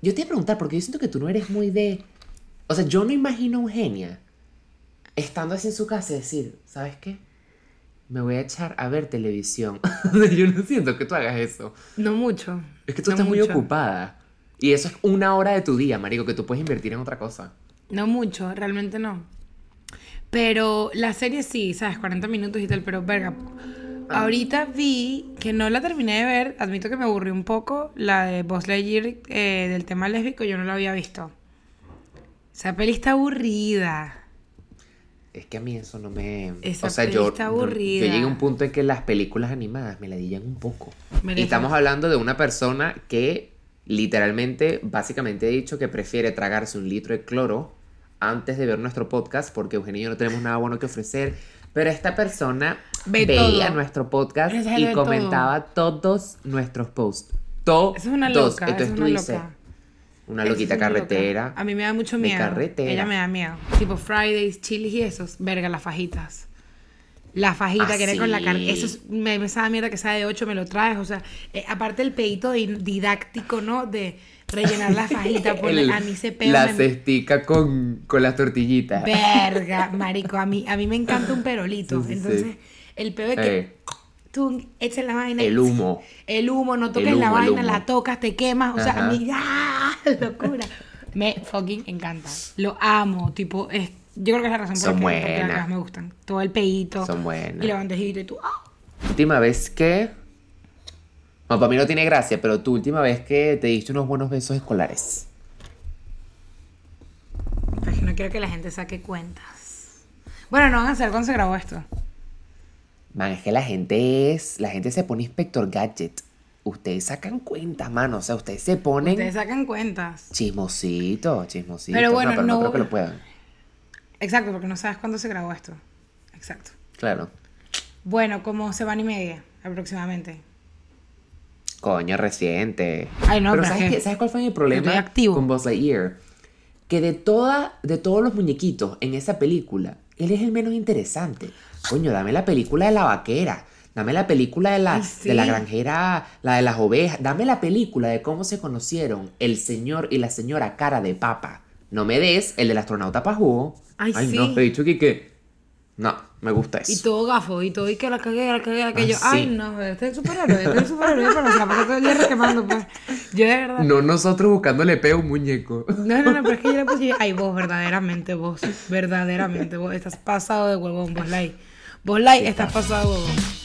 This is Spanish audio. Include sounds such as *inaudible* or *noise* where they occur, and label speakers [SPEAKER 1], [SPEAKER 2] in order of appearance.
[SPEAKER 1] Yo te iba a preguntar, porque yo siento que tú no eres muy de. O sea, yo no imagino a Eugenia estando así en su casa y decir, ¿sabes qué? Me voy a echar a ver televisión. *laughs* yo no siento que tú hagas eso.
[SPEAKER 2] No mucho.
[SPEAKER 1] Es que tú
[SPEAKER 2] No
[SPEAKER 1] estás muy
[SPEAKER 2] mucho.
[SPEAKER 1] ocupada. Y eso es una hora de tu día, marico, que tú puedes invertir en otra cosa.
[SPEAKER 2] No mucho, realmente no. Pero la serie sí, ¿sabes? 40 minutos y tal, pero verga.
[SPEAKER 1] Ah.
[SPEAKER 2] Ahorita vi que no la terminé de ver, admito que me aburrí un poco, la de Buzz Lightyear eh, del tema lésbico, yo no la había visto. Esa peli está aburrida.
[SPEAKER 1] Es que a mí eso no me...
[SPEAKER 2] Esa
[SPEAKER 1] o sea,
[SPEAKER 2] peli
[SPEAKER 1] yo,
[SPEAKER 2] está
[SPEAKER 1] no-
[SPEAKER 2] aburrida.
[SPEAKER 1] yo llegué a un punto en que las películas animadas me ladillan un poco.
[SPEAKER 2] Me
[SPEAKER 1] Y
[SPEAKER 2] ladillan.
[SPEAKER 1] estamos hablando de una persona que literalmente, básicamente he dicho que prefiere tragarse un litro de cloro antes de ver nuestro podcast porque Eugenio y yo no tenemos nada bueno que ofrecer. Pero esta persona
[SPEAKER 2] Ve
[SPEAKER 1] veía
[SPEAKER 2] todo.
[SPEAKER 1] nuestro podcast
[SPEAKER 2] Esa
[SPEAKER 1] y
[SPEAKER 2] ve todo.
[SPEAKER 1] comentaba todos nuestros posts. Todos.
[SPEAKER 2] Esa es una loca, esa
[SPEAKER 1] Entonces
[SPEAKER 2] es
[SPEAKER 1] tú
[SPEAKER 2] una
[SPEAKER 1] dices,
[SPEAKER 2] loca.
[SPEAKER 1] una
[SPEAKER 2] Esa es
[SPEAKER 1] loquita
[SPEAKER 2] una loca.
[SPEAKER 1] carretera.
[SPEAKER 2] A mí me da mucho
[SPEAKER 1] de
[SPEAKER 2] miedo.
[SPEAKER 1] carretera.
[SPEAKER 2] Ella me da miedo. Tipo Fridays, chilis y esos. Verga, las fajitas. La fajita
[SPEAKER 1] Ah,
[SPEAKER 2] que era con la
[SPEAKER 1] sí.
[SPEAKER 2] carne. Eso es, me, me sabe mierda que sabe de 8, me lo traes. O sea, eh, aparte el pedito di- didáctico, ¿no? De rellenar
[SPEAKER 1] *laughs*
[SPEAKER 2] la fajita. por
[SPEAKER 1] El-
[SPEAKER 2] a mí se pega.
[SPEAKER 1] La cestica con, con las tortillitas.
[SPEAKER 2] Verga, marico. A mí, a mí me encanta un perolito.
[SPEAKER 1] Sí, sí, sí.
[SPEAKER 2] Entonces, el peo es que
[SPEAKER 1] Eh,
[SPEAKER 2] tú echas la vaina. y-
[SPEAKER 1] el humo.
[SPEAKER 2] El humo, no toques
[SPEAKER 1] El
[SPEAKER 2] la
[SPEAKER 1] humo, el
[SPEAKER 2] vaina,
[SPEAKER 1] humo.
[SPEAKER 2] la tocas, te quemas. O sea,
[SPEAKER 1] Ajá.
[SPEAKER 2] a mí, ¡ah! *laughs* Locura. Me fucking encanta. Lo amo. Tipo, es, yo creo que es la razón por
[SPEAKER 1] Son
[SPEAKER 2] la que- por la que las
[SPEAKER 1] buenas.
[SPEAKER 2] cagas me gustan. Todo el peito.
[SPEAKER 1] Son buenas.
[SPEAKER 2] Y la bandejita y tú, ¡ah!
[SPEAKER 1] Última vez que. Bueno, para mí no tiene gracia, pero tu última vez que te diste unos buenos besos escolares.
[SPEAKER 2] Pero es que no quiero que la gente saque cuentas. Bueno, no van a saber cuándo se grabó esto.
[SPEAKER 1] Man, es que la gente es. La gente se pone inspector gadget. Ustedes sacan cuentas, mano. O sea, ustedes se ponen.
[SPEAKER 2] Ustedes sacan cuentas.
[SPEAKER 1] Chismosito, chismosito.
[SPEAKER 2] Pero bueno,
[SPEAKER 1] no
[SPEAKER 2] no-
[SPEAKER 1] creo que lo puedan.
[SPEAKER 2] Exacto, porque no sabes cuándo se grabó esto. Exacto.
[SPEAKER 1] Claro.
[SPEAKER 2] Bueno, como semana y media aproximadamente.
[SPEAKER 1] Coño, reciente.
[SPEAKER 2] Ay, no, pero
[SPEAKER 1] ¿sabes,
[SPEAKER 2] es que-
[SPEAKER 1] qué? ¿sabes cuál fue mi
[SPEAKER 2] Estoy
[SPEAKER 1] problema
[SPEAKER 2] activo.
[SPEAKER 1] con Buzz Lightyear? Que de, toda, de todos los muñequitos en esa película, él es el menos interesante. Coño, dame la película de la vaquera. Dame la película de la,
[SPEAKER 2] Ay, sí.
[SPEAKER 1] de la granjera, la de las ovejas. Dame la película de cómo se conocieron el señor y la señora cara de papa. No me des el del astronauta pajú.
[SPEAKER 2] Ay, sí.
[SPEAKER 1] no, he dicho que, que... No, me gusta eso.
[SPEAKER 2] Y todo gafo, y todo, y que la cagué, la cagué, la cagué.
[SPEAKER 1] Ay,
[SPEAKER 2] yo, ay,
[SPEAKER 1] Ah, sí.
[SPEAKER 2] no, este es el superhéroe, este es el superhéroe, pero se la pasó todo el día requemando, pues. Yo, de verdad.
[SPEAKER 1] No nosotros buscándole peo a un muñeco.
[SPEAKER 2] No, no, no, pero es que yo le puse, yo, ay, vos, verdaderamente, vos, verdaderamente, vos, estás pasado de huevón, vos, Lai. Vos, Lai, estás pasado de huevón.